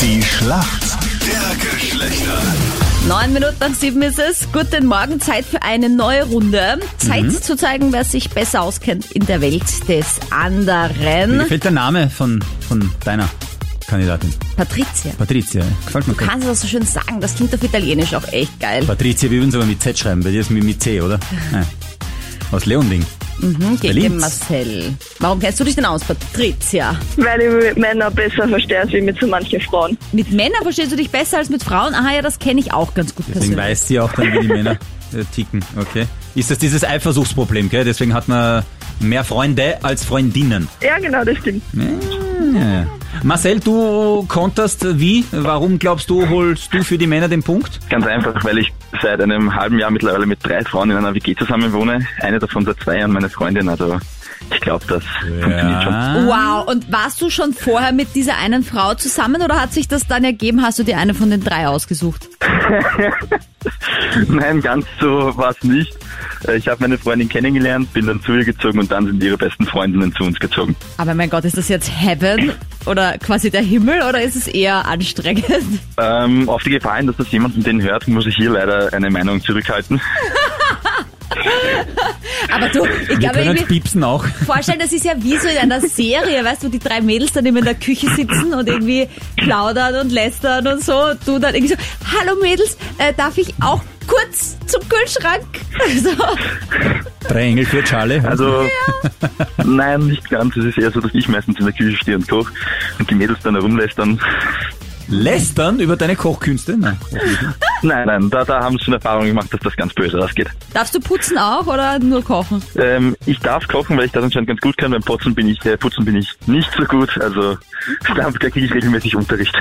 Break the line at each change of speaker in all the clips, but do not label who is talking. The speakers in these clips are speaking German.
Die Schlacht der Geschlechter.
Neun Minuten nach sieben ist es. Guten Morgen, Zeit für eine neue Runde. Zeit
Mhm.
zu zeigen, wer sich besser auskennt in der Welt des
Mir
anderen.
gefällt der Name von, von deiner Kandidatin.
Patricia.
Patricia. Gefällt mir
Du kannst das so schön sagen, das klingt auf Italienisch auch echt geil. Hm?
Patricia, wir würden es aber mit Z schreiben. Bei dir ist mit, mit C, oder? Nein. Aus Leonding.
Mhm, Gegen
Berlin.
Marcel. Warum kennst du dich denn aus, Patricia?
Weil ich Männer besser verstehe als wie mit so manchen Frauen.
Mit Männern verstehst du dich besser als mit Frauen? Aha, ja, das kenne ich auch ganz gut
Deswegen
persönlich.
weiß sie auch dann, wie die Männer äh, ticken. Okay. Ist das dieses Eifersuchtsproblem, gell? Deswegen hat man mehr Freunde als Freundinnen.
Ja, genau, das stimmt.
Ja. Marcel, du konterst wie? Warum glaubst du, holst du für die Männer den Punkt?
Ganz einfach, weil ich seit einem halben Jahr mittlerweile mit drei Frauen in einer WG zusammen wohne. Eine davon seit zwei Jahren meine Freundin. Also ich glaube, das funktioniert schon.
Ah.
Wow, und warst du schon vorher mit dieser einen Frau zusammen oder hat sich das dann ergeben? Hast du dir eine von den drei ausgesucht?
Nein, ganz so war es nicht. Äh, Ich habe meine Freundin kennengelernt, bin dann zu ihr gezogen und dann sind ihre besten Freundinnen zu uns gezogen.
Aber mein Gott, ist das jetzt Heaven oder quasi der Himmel oder ist es eher anstrengend?
Ähm, auf die Gefahr hin, dass das jemanden den hört, muss ich hier leider eine Meinung zurückhalten.
Aber du, ich
Wir
kann mir
können uns
irgendwie
piepsen auch.
vorstellen, das ist ja wie so in einer Serie, weißt du, wo die drei Mädels dann immer in der Küche sitzen und irgendwie plaudern und lästern und so. Und du dann irgendwie so, hallo Mädels, äh, darf ich auch kurz zum Kühlschrank? So.
Drei Engel, vier Schale.
Also, nein, nicht ganz. Es ist eher so, dass ich meistens in der Küche stehe und koche und die Mädels dann herumlästern.
lästern über deine Kochkünste? Nein.
Nein, nein, da, da haben sie schon Erfahrung gemacht, dass das ganz böse rausgeht.
Darfst du putzen auch oder nur kochen?
Ähm, ich darf kochen, weil ich das anscheinend ganz gut kann. Beim Putzen bin ich, äh, Putzen bin ich nicht so gut. Also da, da kriege ich regelmäßig Unterricht.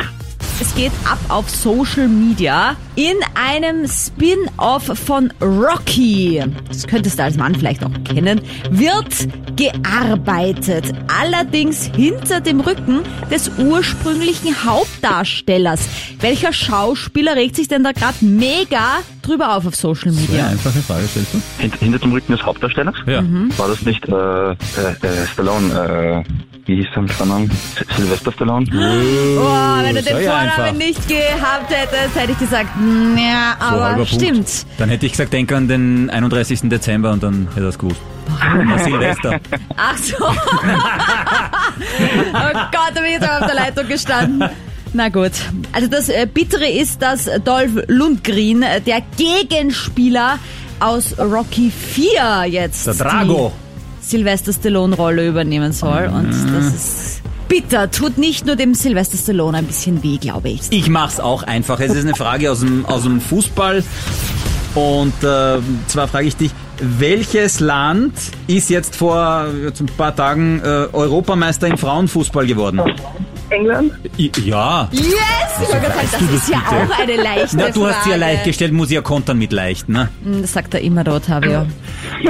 Es geht ab auf Social Media in einem Spin-off von Rocky. Das könntest du als Mann vielleicht auch kennen. Wird gearbeitet. Allerdings hinter dem Rücken des ursprünglichen Hauptdarstellers. Welcher Schauspieler regt sich denn da gerade mega drüber auf auf Social
Eine
Media?
einfache Frage stellst du?
Hint, hinter dem Rücken des Hauptdarstellers?
Ja.
War das nicht äh, äh, äh, Stallone? Äh, wie hieß sein Vorname? S- Sylvester Stallone?
Boah, wenn du den
Sei ja
Vornamen
einfach.
nicht gehabt hättest, hätte ich gesagt, "Mm, ja, aber
halber Punkt.
stimmt.
Dann hätte ich gesagt, denk an den 31. Dezember und dann hätte er es gewusst. Na, Silvester.
Ach so. oh Gott, da bin ich jetzt aber auf der Leitung gestanden. Na gut. Also das äh, Bittere ist, dass Dolph Lundgren, äh, der Gegenspieler aus Rocky 4 jetzt
Der Drago.
die Sylvester Stallone-Rolle übernehmen soll. Und
Mhm.
das ist bitter. Tut nicht nur dem Sylvester Stallone ein bisschen weh, glaube ich.
Ich mach's auch einfach. Es ist eine Frage aus dem, aus dem Fußball. Und äh, zwar frage ich dich, welches Land ist jetzt vor jetzt ein paar Tagen äh, Europameister im Frauenfußball geworden?
England?
I ja.
Yes! Ich wollte gerade sagen, das ist ja auch eine leichte
Na, du
Frage.
hast sie ja leicht gestellt, muss ich ja kontern mit leicht, ne?
Hm, Das sagt er immer dort, Tavio.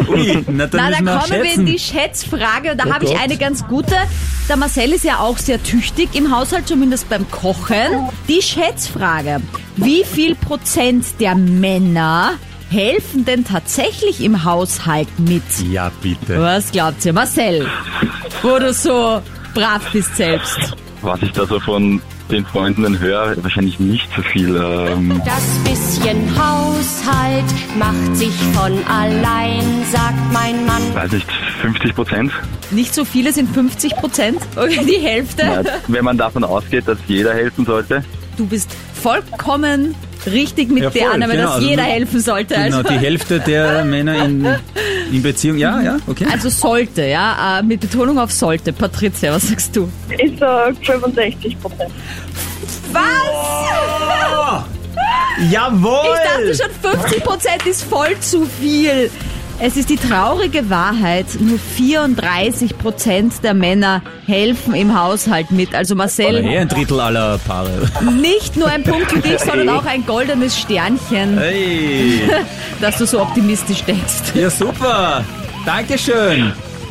Ui, na, dann
Na,
müssen
da
wir
kommen wir in
schätzen. Oh
die Schätzfrage. Und da habe ich
Gott.
eine ganz gute. Der Marcel ist ja auch sehr tüchtig im Haushalt, zumindest beim Kochen. Die Schätzfrage. Wie viel Prozent der Männer helfen denn tatsächlich im Haushalt mit?
ja, bitte.
Was glaubt ihr, Marcel? Wo du so brav bist selbst.
Was ich da so von den Freunden höre, wahrscheinlich nicht so viel. Ähm,
Das bisschen Haushalt macht sich von allein, sagt mein Mann.
weiß nicht, 50 Prozent?
Nicht so viele sind 50 Prozent oder die Hälfte.
Wenn man davon ausgeht, dass jeder helfen sollte.
Du bist vollkommen richtig mit
Ja, voll,
der Annahme,
genau.
dass
Also,
jeder helfen sollte.
Genau,
Also.
die Hälfte der Männer in, in Beziehung. Ja, ja, okay.
Also sollte, ja, äh, mit Betonung auf sollte. Patricia, was sagst du?
Ich sag 65 Prozent.
Was?
Ah! Jawohl!
Ich dachte schon, 50% ist voll zu viel. Es ist die traurige Wahrheit, nur 34% der Männer helfen im Haushalt mit. Also
Oder
Marcel,
eher eh ein Drittel aller Paare.
nicht nur ein Punkt für dich, sondern auch ein goldenes Sternchen,
Hey!
dass du so optimistisch denkst.
Ja, super! Dankeschön!